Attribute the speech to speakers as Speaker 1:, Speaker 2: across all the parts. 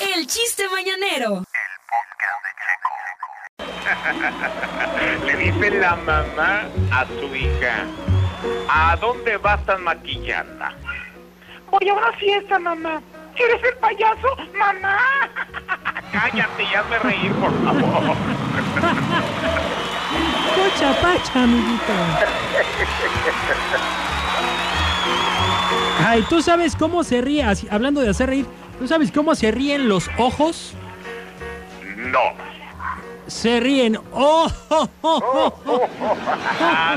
Speaker 1: El chiste mañanero.
Speaker 2: Le dice la mamá a su hija, ¿a dónde vas tan maquillada? Voy a una fiesta, mamá. ¿Eres el payaso, mamá? Cállate y hazme reír, por favor.
Speaker 3: Mucha pacha, amiguito. Ay, ¿tú sabes cómo se ríe? Así, hablando de hacer reír, ¿tú sabes cómo se ríen los ojos?
Speaker 2: No.
Speaker 3: Se ríen. ¡Oh! oh, oh, oh, oh.
Speaker 2: Ah,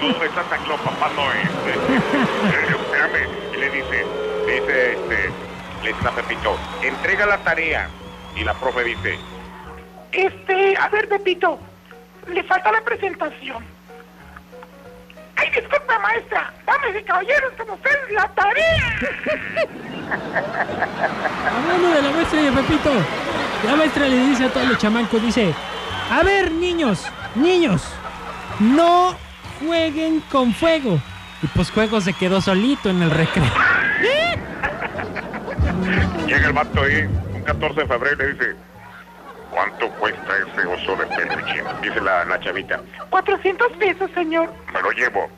Speaker 2: no, es Santa Claus, papá no es. Eh, Espérame. Y le dice, le dice, este, le dice a Pepito, entrega la tarea. Y la profe dice,
Speaker 4: Este, a ver, Pepito, le falta la presentación. Ay, disculpa, maestra. Dame de caballeros como ustedes la tarea.
Speaker 3: Hablando de la maestra y de Pepito, la maestra le dice a todos los chamacos, dice, a ver niños, niños, no jueguen con fuego. Y pues Juego se quedó solito en el recreo.
Speaker 2: llega el vato ahí, un 14 de febrero, y le dice, ¿cuánto cuesta ese oso de peluche? Dice la, la chavita,
Speaker 4: 400 pesos, señor.
Speaker 2: me lo llevo.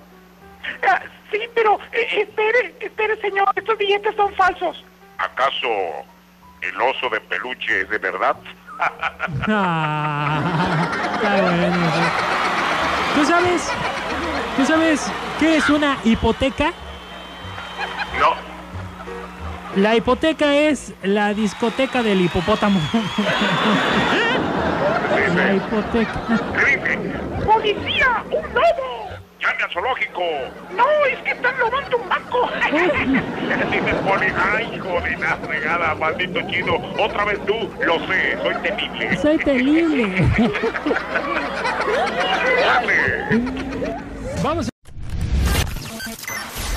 Speaker 4: Ah, sí, pero eh, espere, espere, señor. Estos billetes son falsos.
Speaker 2: ¿Acaso el oso de peluche es de verdad?
Speaker 3: Ah, está bueno, sí. ¿Tú sabes? ¿Tú sabes qué es una hipoteca?
Speaker 2: No.
Speaker 3: La hipoteca es la discoteca del hipopótamo.
Speaker 2: Le
Speaker 3: La
Speaker 2: dice,
Speaker 3: hipoteca.
Speaker 2: le dice,
Speaker 4: ¡Policía! ¡Un lobo!
Speaker 2: llame al zoológico.
Speaker 4: No, es que están robando un banco.
Speaker 2: Le dice el poli, ay, hijo de la fregada, maldito chido. Otra vez tú, lo sé, soy temible.
Speaker 3: Soy terrible.
Speaker 2: Dale.
Speaker 3: Vamos.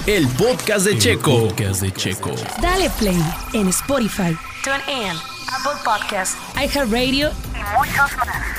Speaker 5: El podcast de Checo. podcast de Checo.
Speaker 1: Dale play en Spotify. Tune in. Apple Podcast. iHeartRadio. Y muchos más.